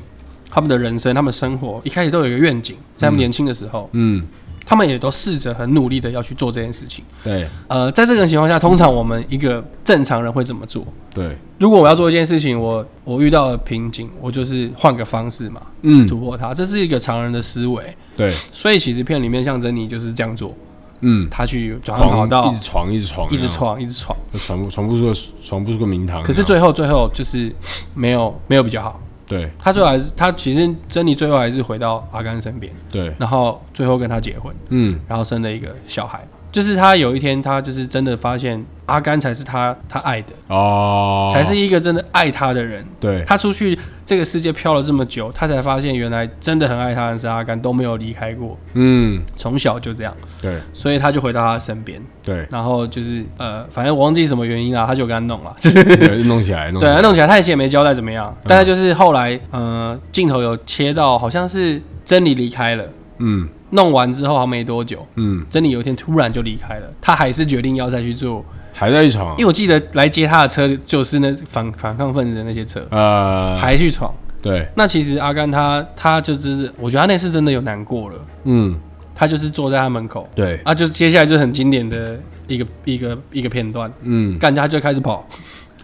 他们的人生、他们生活一开始都有一个愿景，在他们年轻的时候，嗯，他们也都试着很努力的要去做这件事情。对呃，在这种情况下，通常我们一个正常人会怎么做？对，如果我要做一件事情，我我遇到了瓶颈，我就是换个方式嘛，嗯突破它，这是一个常人的思维。对，所以其实片里面像珍妮就是这样做，嗯，她去转换跑床道一直，床一直床一直，闯，一直闯。就床不床不出个床不出个名堂，可是最后最后就是没有没有比较好，对他最后还是他其实珍妮最后还是回到阿甘身边，对，然后最后跟他结婚，嗯，然后生了一个小孩。就是他有一天，他就是真的发现阿甘才是他他爱的，哦，才是一个真的爱他的人。对，他出去这个世界漂了这么久，他才发现原来真的很爱他的是阿甘都没有离开过，嗯，从小就这样，对所以他就回到他身边，，对然后就是呃，反正我忘记什么原因啦，他就给他弄了， 就是对弄起来，弄起对啊，，来弄起来他以前也没交代怎么样，但是就是后来呃，镜头有切到好像是珍妮离开了，嗯弄完之后还没多久，嗯，珍妮有一天突然就离开了，他还是决定要再去做，还在一啊床因为，我记得来接他的车就是那反反抗分子的那些车，呃，还去闯。对，那其实阿甘他他就是，我觉得他那次真的有难过了，嗯，他就是坐在他门口对，啊，就是接下来就是很经典的一个一个一个片段，嗯，干他就开始跑，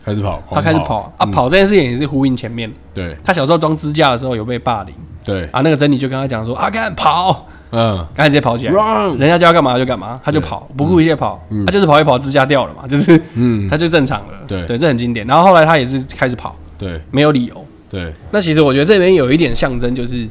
开始跑，他狂开始跑啊，嗯跑这件事情也是呼应前面，对他小时候装支架的时候有被霸凌对，啊，那个珍妮就跟他讲说，阿甘跑，嗯赶紧直接跑起来， ，run，人家叫他干嘛就干嘛，他就跑，不顾一切跑，啊他就是跑一跑支架掉了嘛，就是嗯，他就正常了，对对，这很经典。然后后来他也是开始跑，对没有理由，对，那其实我觉得这边有一点象征，就是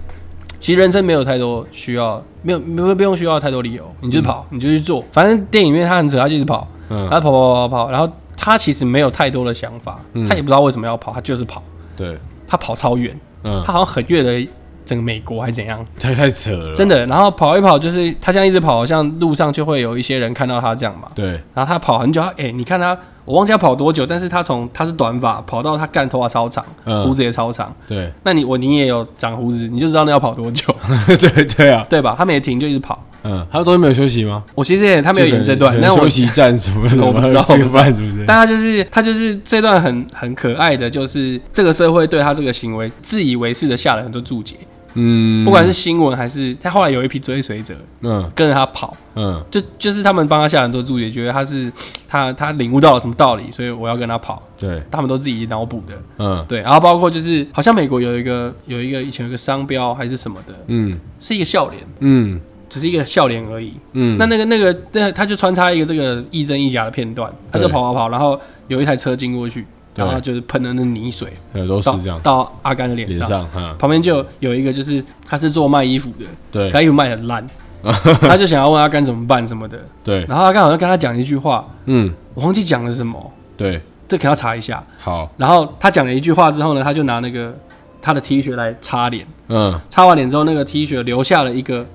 其实人生没有太多需要，没有没有不用需要太多理由，你就跑，你就去做。反正电影院他很扯，他就是跑，嗯他跑跑跑跑跑，然后他其实没有太多的想法，嗯他也不知道为什么要跑，他就是跑，对，他跑超远，嗯，他好像很越了整个美国还怎样，太太扯了，真的。然后跑一跑，就是他这样一直跑，好像路上就会有一些人看到他这样嘛。对然后他跑很久，他哎、你看他，我忘记他跑多久，但是他从他是短发跑到他干头发超长，嗯胡子也超长，对 那你我你也有长胡子，你就知道那要跑多久， 对对啊，对吧？他没停就一直跑。嗯，他中间没有休息吗？我其实也他他没有演这段，但我休息站什么什我不知么道吃个饭是不是？但他就是他就是这段很很可爱的，就是这个社会对他这个行为自以为是的下了很多注解，嗯，不管是新闻还是他后来有一批追随者嗯跟着他跑，嗯就就是他们帮他下很多注解，觉得他是他他领悟到了什么道理，所以我要跟他跑，对他们都自己脑补的。嗯对，然后包括就是好像美国有一个有一个以前有一个商标还是什么的，嗯是一个笑脸，嗯只是一个笑脸而已。嗯，那那个那个那他就穿插一个这个亦真亦假的片段，他就对跑啊跑跑，然后有一台车经过去，对然后就是喷了那泥水呃都是到这样，到阿甘的脸脸上，上哈，旁边就有一个就是他是做卖衣服的，对可他衣服卖得很 烂，他就想要问阿甘怎么办什么的，对，然后阿甘好像跟他讲一句话，嗯我忘记讲了什么，对，这可能要查一下。好，然后他讲了一句话之后呢，他就拿那个他的 T 恤来擦脸，嗯擦完脸之后，那个 T 恤留下了一个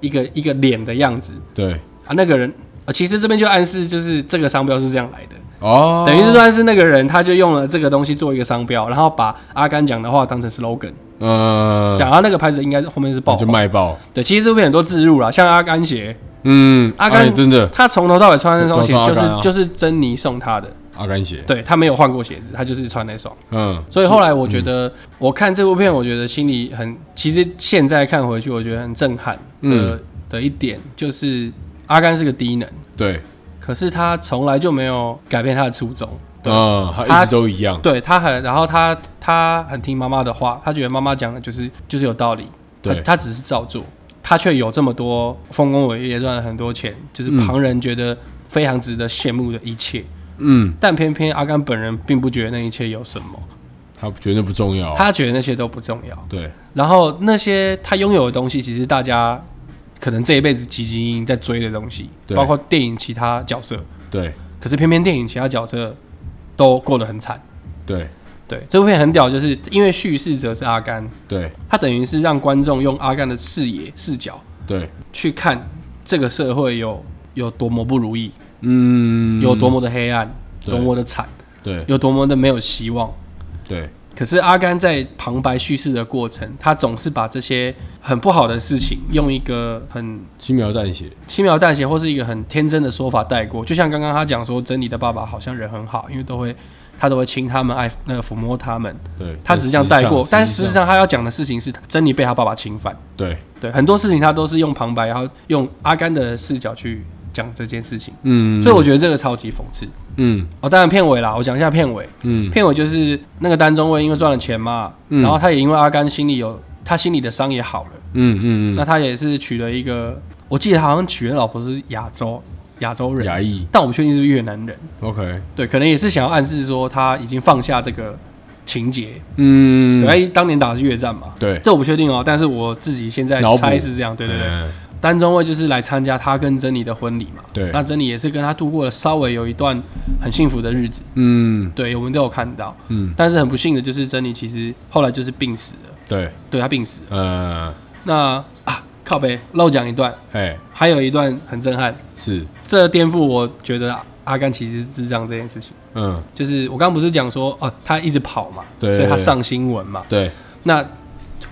一个一个脸的样子，对，啊，那个人，呃，其实这边就暗示就是这个商标是这样来的，哦，等于是，算是那个人他就用了这个东西做一个商标，然后把阿甘讲的话当成 slogan，嗯，讲到那个牌子应该是后面是爆就红，卖爆，对，其实这边很多置入啦，像阿甘鞋，嗯，阿甘哎真的他从头到尾穿那双鞋都就穿阿甘是啊就是珍妮送他的，阿甘鞋，对他没有换过鞋子，他就是穿那双，嗯，所以后来我觉得我看这部片，我觉得心里很，其实现在看回去，我觉得很震撼的嗯的一点就是阿甘是个低能。对，嗯可是他从来就没有改变他的初衷。对，嗯，他他一直都一样，对他很，然后他他很听妈妈的话，他觉得妈妈讲的就是就是有道理，他对他只是照做，他却有这么多丰功伟业，赚了很多钱，就是嗯旁人觉得非常值得羡慕的一切。嗯，但偏偏阿甘本人并不觉得那一切有什么，他绝对不重要，他觉得那些都不重要。对然后那些他拥有的东西，其实大家可能这一辈子汲汲营营在追的东西，对包括电影其他角色，对可是偏偏电影其他角色都过得很惨。对对，这部片很屌，就是因为叙事者是阿甘，对他等于是让观众用阿甘的视野视角对，去看这个社会有有多么不如意，嗯，有多么的黑暗，对多么的惨，对有多么的没有希望。对可是阿甘在旁白叙事的过程，他总是把这些很不好的事情，用一个很轻描淡写，轻描淡写或是一个很天真的说法带过，就像刚刚他讲说，珍妮的爸爸好像人很好，因为都会他都会亲他们，爱那个抚摸他们，对，他只是这样带过。但实事实上，他要讲的事情是珍妮被他爸爸侵犯，对，对很多事情他都是用旁白，然后用阿甘的视角去讲这件事情，嗯，所以我觉得这个超级讽刺。嗯哦，当然片尾啦，我讲一下片尾。嗯片尾就是那个丹中尉因为赚了钱嘛，嗯然后他也因为阿甘心里有他心里的伤也好了，嗯那嗯他也是娶了一个，我记得他好像娶的老婆是亚洲亚洲嗯，人，牙医但我不确定是不是越南人。 ，OK，对，可能也是想要暗示说他已经放下这个情节。嗯，对，哎当年打的是越战嘛，对这我不确定哦，但是我自己现在脑补猜是这样，对对对。嗯单中尉就是来参加他跟珍妮的婚礼嘛。对那珍妮也是跟他度过了稍微有一段很幸福的日子。嗯对，我们都有看到。嗯，但是很不幸的就是，珍妮其实后来就是病死了。对，对，她病死了。呃，那啊，靠背漏讲一段，嘿，还有一段很震撼，是，这颠覆我觉得阿甘其实是智障这件事情。嗯，就是我刚刚不是讲说，哦、他一直跑嘛，对所以他上新闻嘛。对，那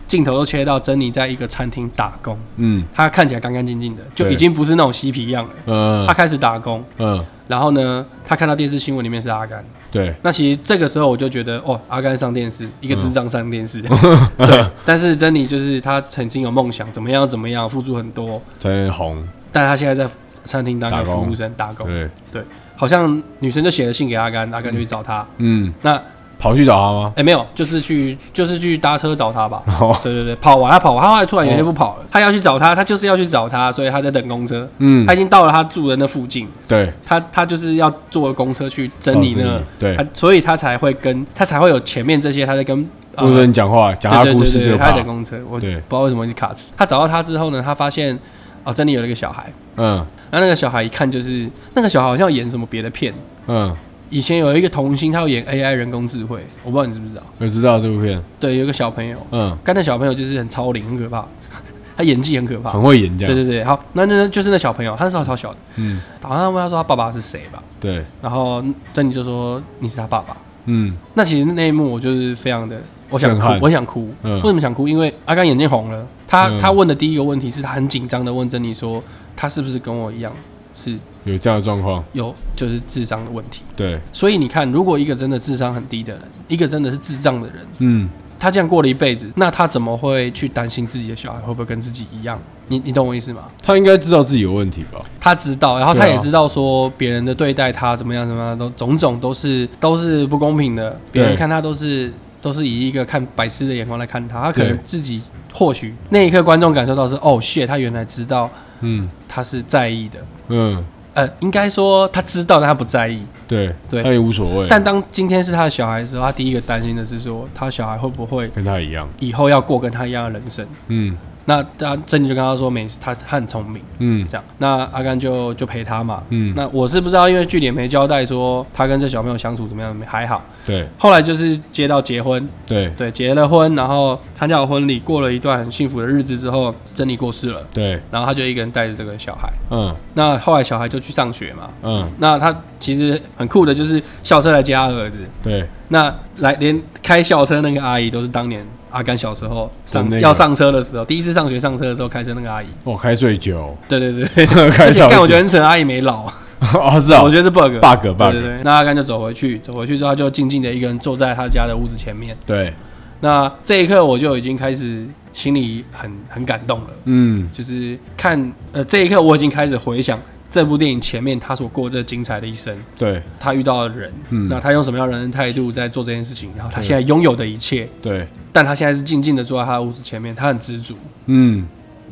镜头又切到珍妮在一个餐厅打工，嗯，她看起来干干净净的，就对已经不是那种嬉皮样了。她呃，开始打工，嗯，然后呢，他看到电视新闻里面是阿甘，对，那其实这个时候我就觉得，哦，阿甘上电视，一个智障上电视。对， 但是珍妮就是她曾经有梦想，怎么样怎么样，付出很多，才能红，但她现在在餐厅当一个打服工务生打工。对，好像女生就写了信给阿甘，阿甘就去找她。嗯，那跑去找他吗？哎、没有，就是去就是去搭车找她吧。哦，对对对，跑完他跑完，他后来突然有一天不跑了，他要去找她，他就是要去找她，所以他在等公车。嗯他，已经到了他住的那附近，对，他他就是要坐公车去珍妮那哦，珍妮他对，啊所以他才会跟他才会有前面这些，他在跟呃不跟你讲话，讲他对对故对事对就对，他在怕等，公车，我不对知道为什么一直卡词。他找到他之后呢，他发现哦，珍妮有了一个小孩，嗯然后那个小孩一看就是那个小孩好像演什么别的片，嗯，以前有一个童星，他要演 AI 人工智慧，我不知道你知不知道？我知道这部片，对，有一个小朋友，嗯，刚那小朋友就是很超龄，很可怕， 他演技很可怕很。会啊演这对样，对对，好，那那那就是那小朋友，他那时候超小的，嗯，好像问他说他爸爸是谁吧，对，然后珍妮就说你是他爸爸，嗯那其实那一幕我就是非常的，我想震哭撼，我想哭。嗯为什么想哭？因为阿甘眼睛红了。他、嗯他问的第一个问题是他很紧张的问珍妮说，他是不是跟我一样是有这样的状况，有就是智商的问题？对，所以你看，如果一个真的智商很低的人，一个真的是智障的人，嗯，他这样过了一辈子，那他怎么会去担心自己的小孩会不会跟自己一样？你你懂我意思吗？他应该知道自己有问题吧？他知道，然后他对啊也知道说别人的对待他怎么样怎么样，都种种都是都是不公平的，别人看他都是都是以一个看白痴的眼光来看他，他可能对自己或许那一刻观众感受到是哦 shit，他原来知道嗯他是在意的，嗯，呃，应该说他知道但他不在意，对，对他也无所谓，但当今天是他的小孩的时候，他第一个担心的是说他小孩会不会跟他一样，以后要过跟他一样的人生。嗯那他珍妮就跟他说没事，他他很聪明，嗯这样，那阿甘就就陪他嘛，嗯，那我是不知道，因为剧里也没交代说他跟这小朋友相处怎么样，还好。对后来就是接到结婚，对对，结了婚，然后参加了婚礼，过了一段很幸福的日子之后，珍妮过世了，对，然后他就一个人带着这个小孩。嗯那后来小孩就去上学嘛，嗯那他其实很酷的，就是校车来接他儿子。对，那来连开校车那个阿姨都是当年阿甘小时候上、的那个要上车的时候，第一次上学上车的时候开车那个阿姨。我开 醉酒，对对对，开 而且少干我觉得酒，很扯，阿姨没老。 哦是啊我觉得是 bug ，bug 对对 bug，对，那阿甘就走回去，走回去之后他就静静的一个人坐在他家的屋子前面。对，那这一刻我就已经开始心里很很感动了，嗯就是看呃这一刻我已经开始回想这部电影前面他所过这精彩的一生，对他遇到的人，嗯那他用什么样的人生态度在做这件事情，然后他对现在拥有的一切，对，但他现在是静静的坐在他的屋子前面，他很知足，嗯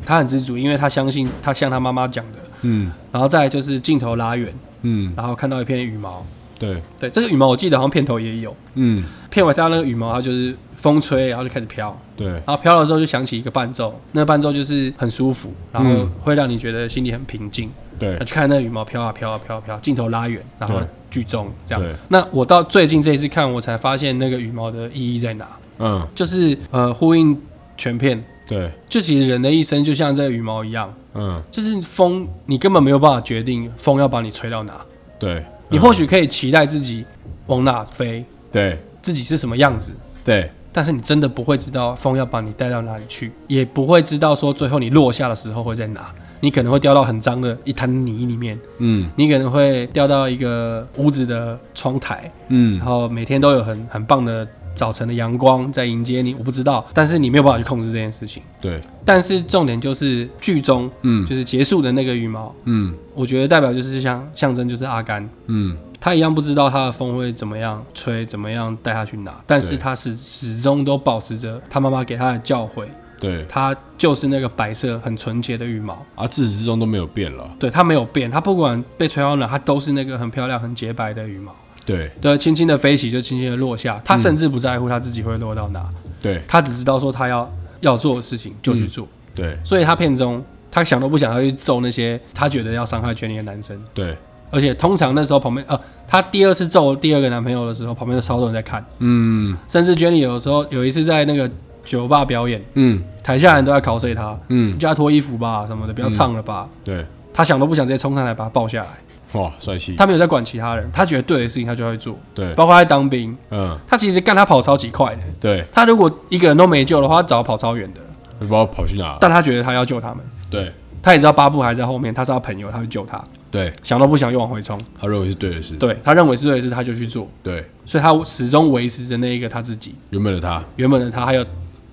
他很知足，因为他相信他像他妈妈讲的。嗯然后再来就是镜头拉远，嗯然后看到一片羽毛，对，对，这个羽毛我记得好像片头也有。嗯片尾它那个羽毛，它就是风吹，然后就开始飘，对然后飘了之后就响起一个伴奏，那个伴奏就是很舒服，然后嗯会让你觉得心里很平静。对那去看那个羽毛飘啊飘啊飘啊飘啊，镜头拉远，然后对剧终这样对。那我到最近这一次看，我才发现那个羽毛的意义在哪，嗯就是呃呼应全片，对就其实人的一生就像这个羽毛一样，嗯就是风，你根本没有办法决定风要把你吹到哪，对，你或许可以期待自己往哪飞，嗯对自己是什么样子，对但是你真的不会知道风要把你带到哪里去，也不会知道说最后你落下的时候会在哪。你可能会掉到很脏的一滩泥里面，嗯你可能会掉到一个屋子的窗台，嗯然后每天都有很很棒的早晨的阳光在迎接你。我不知道，但是你没有办法去控制这件事情。对但是重点就是剧中，嗯就是结束的那个羽毛，嗯我觉得代表就是像象征就是阿甘，嗯他一样不知道他的风会怎么样吹，怎么样带他去拿，但是对他始始终都保持着他妈妈给他的教诲，对，他就是那个白色很纯洁的羽毛，啊自始至终都没有变了，对他没有变，他不管被吹到哪，他都是那个很漂亮、很洁白的羽毛。对对，轻轻的飞起就轻轻的落下，他甚至不在乎他自己会落到哪，对他只知道说他要要做的事情就去做。对所以他片中他想都不想，他去揍那些他觉得要伤害权利的男生。对，而且通常那时候旁边呃，她第二次揍第二个男朋友的时候，旁边都超多人在看，嗯甚至 Jenny 有时候有一次在那个酒吧表演，嗯台下人都在拷碎她，你嗯，叫她脱衣服吧什么的，不要唱了吧。对，她想都不想，直接冲上来把她抱下来。哇，帅气，她没有在管其他人，她觉得对的事情她就会做，对，包括她在当兵，嗯她其实干她跑超级快的。对，她如果一个人都没救的话，她早跑超远的。不知道跑去哪，但她觉得她要救他们，对她也知道巴布还在后面，他是她朋友，他会救他。对，想都不想又往回冲，他认为是对的事，对他认为是对的事，他就去做，对，所以他始终维持着那一个他自己原本的他原本的他，还有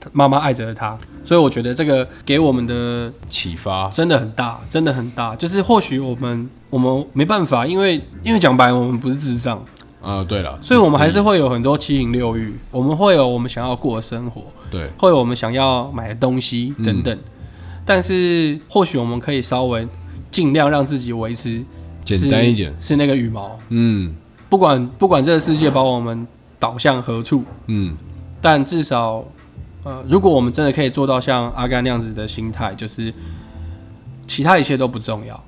他妈妈爱着的他。所以我觉得这个给我们的启发，真的很大，真的很大。就是或许我们我们没办法，因为因为讲白，我们不是智障，啊，对了，所以我们还是会有很多七情六欲，我们会有我们想要过的生活，对会有我们想要买的东西等等。嗯但是或许我们可以稍微尽量让自己维持简是单一点，是那个羽毛。嗯不管不管这个世界把我们导向何处，嗯，但至少，呃，如果我们真的可以做到像阿甘那样子的心态，就是其他一切都不重要，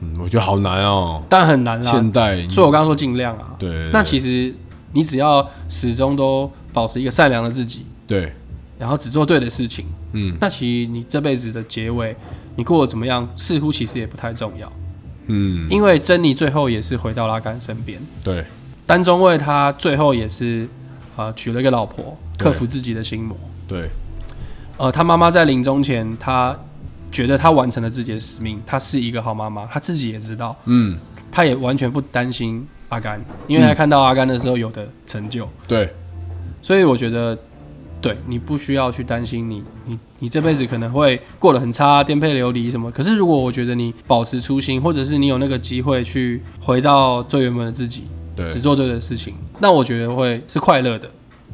嗯，我觉得好难哦，但很难啦。现代，所以我刚刚说尽量啊，对，那其实你只要始终都保持一个善良的自己，对，然后只做对的事情，嗯那其实你这辈子的结尾，你过得怎么样，似乎其实也不太重要，嗯，因为珍妮最后也是回到了阿甘身边。对丹中尉他最后也是呃娶了一个老婆，对克服自己的心魔。对呃，他妈妈在临终前，他觉得他完成了自己的使命，他是一个好妈妈，他自己也知道，嗯他也完全不担心阿甘，因为他看到阿甘的时候有的成就，对所以我觉得。对你不需要去担心你，你你这辈子可能会过得很差，颠沛流离什么。可是如果我觉得你保持初心，或者是你有那个机会去回到最原本的自己，只对，做对的事情，那我觉得会是快乐的。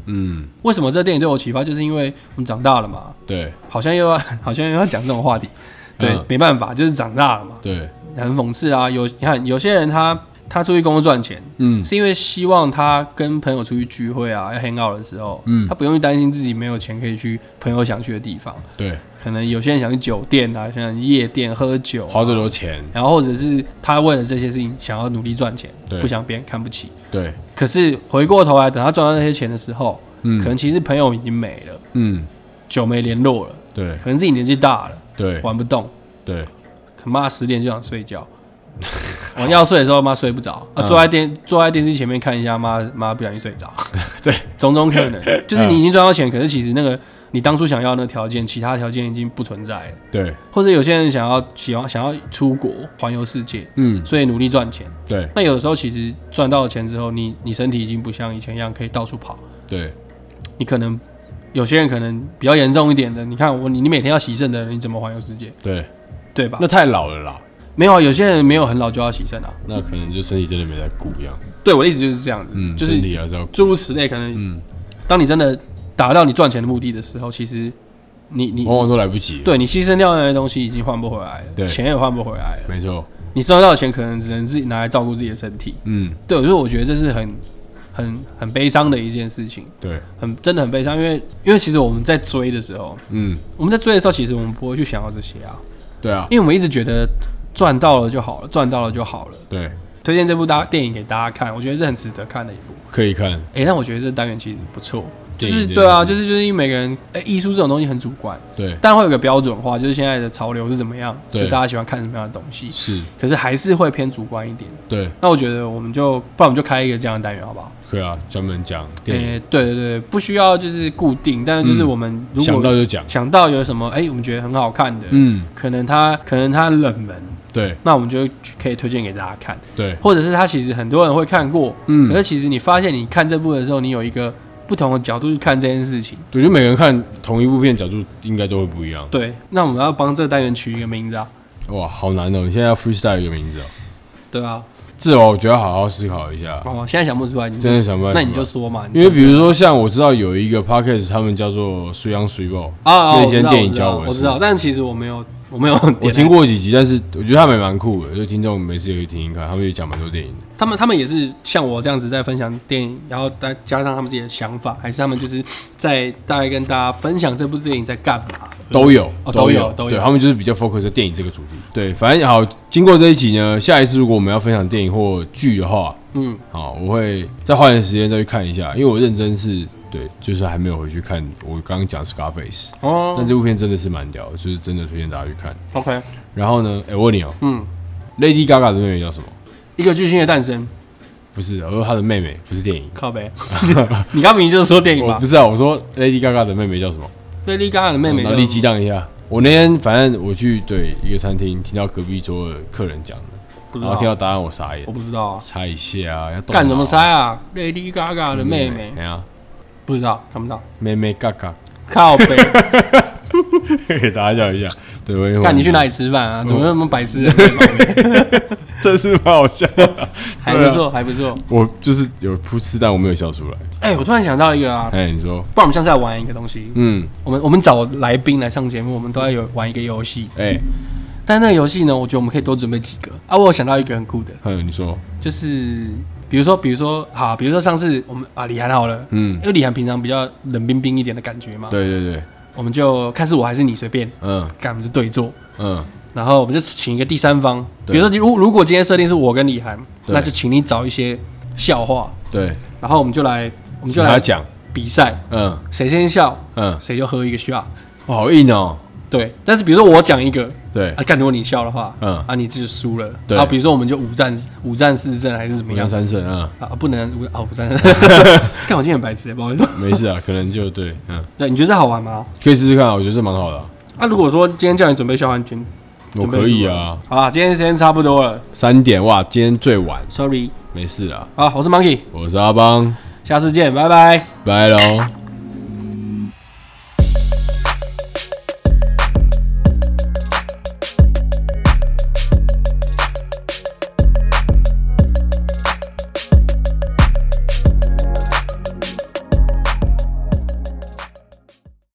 嗯为什么这电影对我启发，就是因为我们长大了嘛，对好像又要 好像又要讲这种话题，对，嗯没办法，就是长大了嘛，对，很讽刺啊。有你看有些人他他出去工作赚钱，嗯是因为希望他跟朋友出去聚会啊，要 hang out 的时候，嗯他不用去担心自己没有钱可以去朋友想去的地方。对，可能有些人想去酒店啊，想去夜店喝酒、花这么多钱，然后或者是他为了这些事情想要努力赚钱，对不想别人看不起。对，可是回过头来，等他赚到那些钱的时候，可嗯能其实朋友已经没了，嗯，久没联络了，对可能自己年纪大了，对玩不动，对，可妈十点就想睡觉， 晚要睡的时候妈睡不着，啊，嗯，坐在电坐在电视前面看一下，妈妈不小心睡着 对， 嗯种种可能，就是你已经赚到钱，可是其实那个你当初想要的那个条件，其他条件已经不存在了，对，或者有些人想要喜欢想要出国环游世界，嗯所以努力赚钱，对那有的时候其实赚到钱之后，你你身体已经不像以前一样可以到处跑。对你可能有些人可能比较严重一点的，你看我你你每天要洗肾的人，你怎么环游世界，对，对吧？那太老了啦，没有啊，有些人没有很老就要洗肾啊。那可能就身体真的没在顾一样，对我的意思就是这样子，嗯，就身是体还是要，诸如此类，可能嗯，当你真的达到你赚钱的目的的时候，其实你你往往都来不及，，对你牺牲掉那些东西已经换不回来哦对了，钱也换不回来了，没错，你收到的钱可能只能自己拿来照顾自己的身体。嗯，对，所以我觉得这是很很很悲伤的一件事情，对，很真的很悲伤，因为因为其实我们在追的时候，嗯，我们在追的时候，其实我们不会去想要这些啊，对啊，因为我们一直觉得赚到了就好了，赚到了就好了。对，推荐这部大电影给大家看，我觉得是很值得看的一部。可以看，诶，但我觉得这单元其实不错，就电是影这件对啊，就事是就是因为每个人，诶，艺术这种东西很主观，对，但会有个标准化，就是现在的潮流是怎么样，对就大家喜欢看什么样的东西，是，可是还是会偏主观一点。对，那我觉得我们就，不然我们就开一个这样的单元好不好？可以啊，专门讲电影，诶，对对对，不需要就是固定，但是就是嗯我们如想到果就讲，想到有什么，诶，我们觉得很好看的，嗯，可能它可能它冷门，对那我们就可以推荐给大家看，对，或者是他其实很多人会看过，可嗯是，其实你发现你看这部的时候，你有一个不同的角度去看这件事情。对，就每个人看同一部片角度应该都会不一样，对，那我们要帮这个单元取一个名字啊，哇，好难哦，你现在要 freestyle 一个名字哦，对啊，这我觉得好好思考一下。哦，现在想不出来，你就真的想不出来那你就说嘛，你因为比如说像我知道有一个 podcast，他们叫做《水养水报》啊，啊那我些知道电影我教知道我我知道，但其实我没有我没有我点听过几集，但是我觉得他们也蛮酷的，就听众每次也可以听听看，他们也讲蛮多电影的。他们他们也是像我这样子在分享电影，然后再加上他们自己的想法，还是他们就是在大概跟大家分享这部电影在干嘛？都有，哦都有都有对他们就是比较 focus 在电影这个主题。对，反正好，经过这一集呢，下一次如果我们要分享电影或剧的话，嗯，好，我会再花点时间再去看一下，因为我认真是对，就是还没有回去看我刚刚讲 Scarface，但哦这部片真的是蛮屌的，就是真的推荐大家去看。 ，OK，然后呢，哎、我问你哦、嗯， Lady Gaga 的妹妹叫什么？一个巨星的诞生，不是，啊我说她的妹妹，不是电影。靠呗， 你刚明明就是说电影我吧不？知道，我说 Lady Gaga 的妹妹叫什么？对，丽嘎的妹妹脑叫力激荡一下。我那天反正我去对一个餐厅，听到隔壁桌的客人讲的，不知哦然后听到道，答案我傻眼我，不知道啊，猜一下啊，要动干什么脑猜啊？Lady Gaga 的妹妹哎呀，不知道，看不到，妹妹 Gaga，靠北，给大家笑一下。对，我也 干你去哪里？里吃饭嗯啊？怎么那么白 痴的地方？这是蛮好笑 的。还不错，还不错。我就是有噗嗤，但我没有笑出来。哎，我突然想到一个啊，哎，你说，不然我们下次来玩一个东西。嗯，我们我们找来宾来上节目，我们都要有玩一个游戏。哎，但那个游戏呢，我觉得我们可以多准备几个啊。我有想到一个很酷的，还有你说，就是比如说，比如说，好，比如说上次我们啊李涵好了，嗯因，为李涵平常比较冷冰冰一点的感觉嘛，对对对，我们就看是我还是你随便，嗯干我们就对坐，嗯，然后我们就请一个第三方，比对如说如如果今天设定是我跟李涵，对那就请你找一些笑话，对，然后我们就来我们就他来讲，比赛，嗯谁先笑嗯，谁就喝一个 shot。哇好硬哦，对，但是比如说我讲一个，对啊，，干如果你笑的话，嗯啊，你就是输了。对啊，比如说我们就五战五战四胜还是怎么五羊样？三胜啊，啊，不能五啊五 战。看我今天很白痴，不好意思。没事 啊，可能就对，嗯，对，你觉得这好玩吗？可以试试看啊，我觉得这蛮好的啊，啊，如果说今天叫你准备笑完军，我准备可以什么啊，好啦，今天时间差不多了三点哇，今天最晚， ，sorry。没事啊，好，我是 Monkey，我是阿邦，下次见，拜拜。拜喽。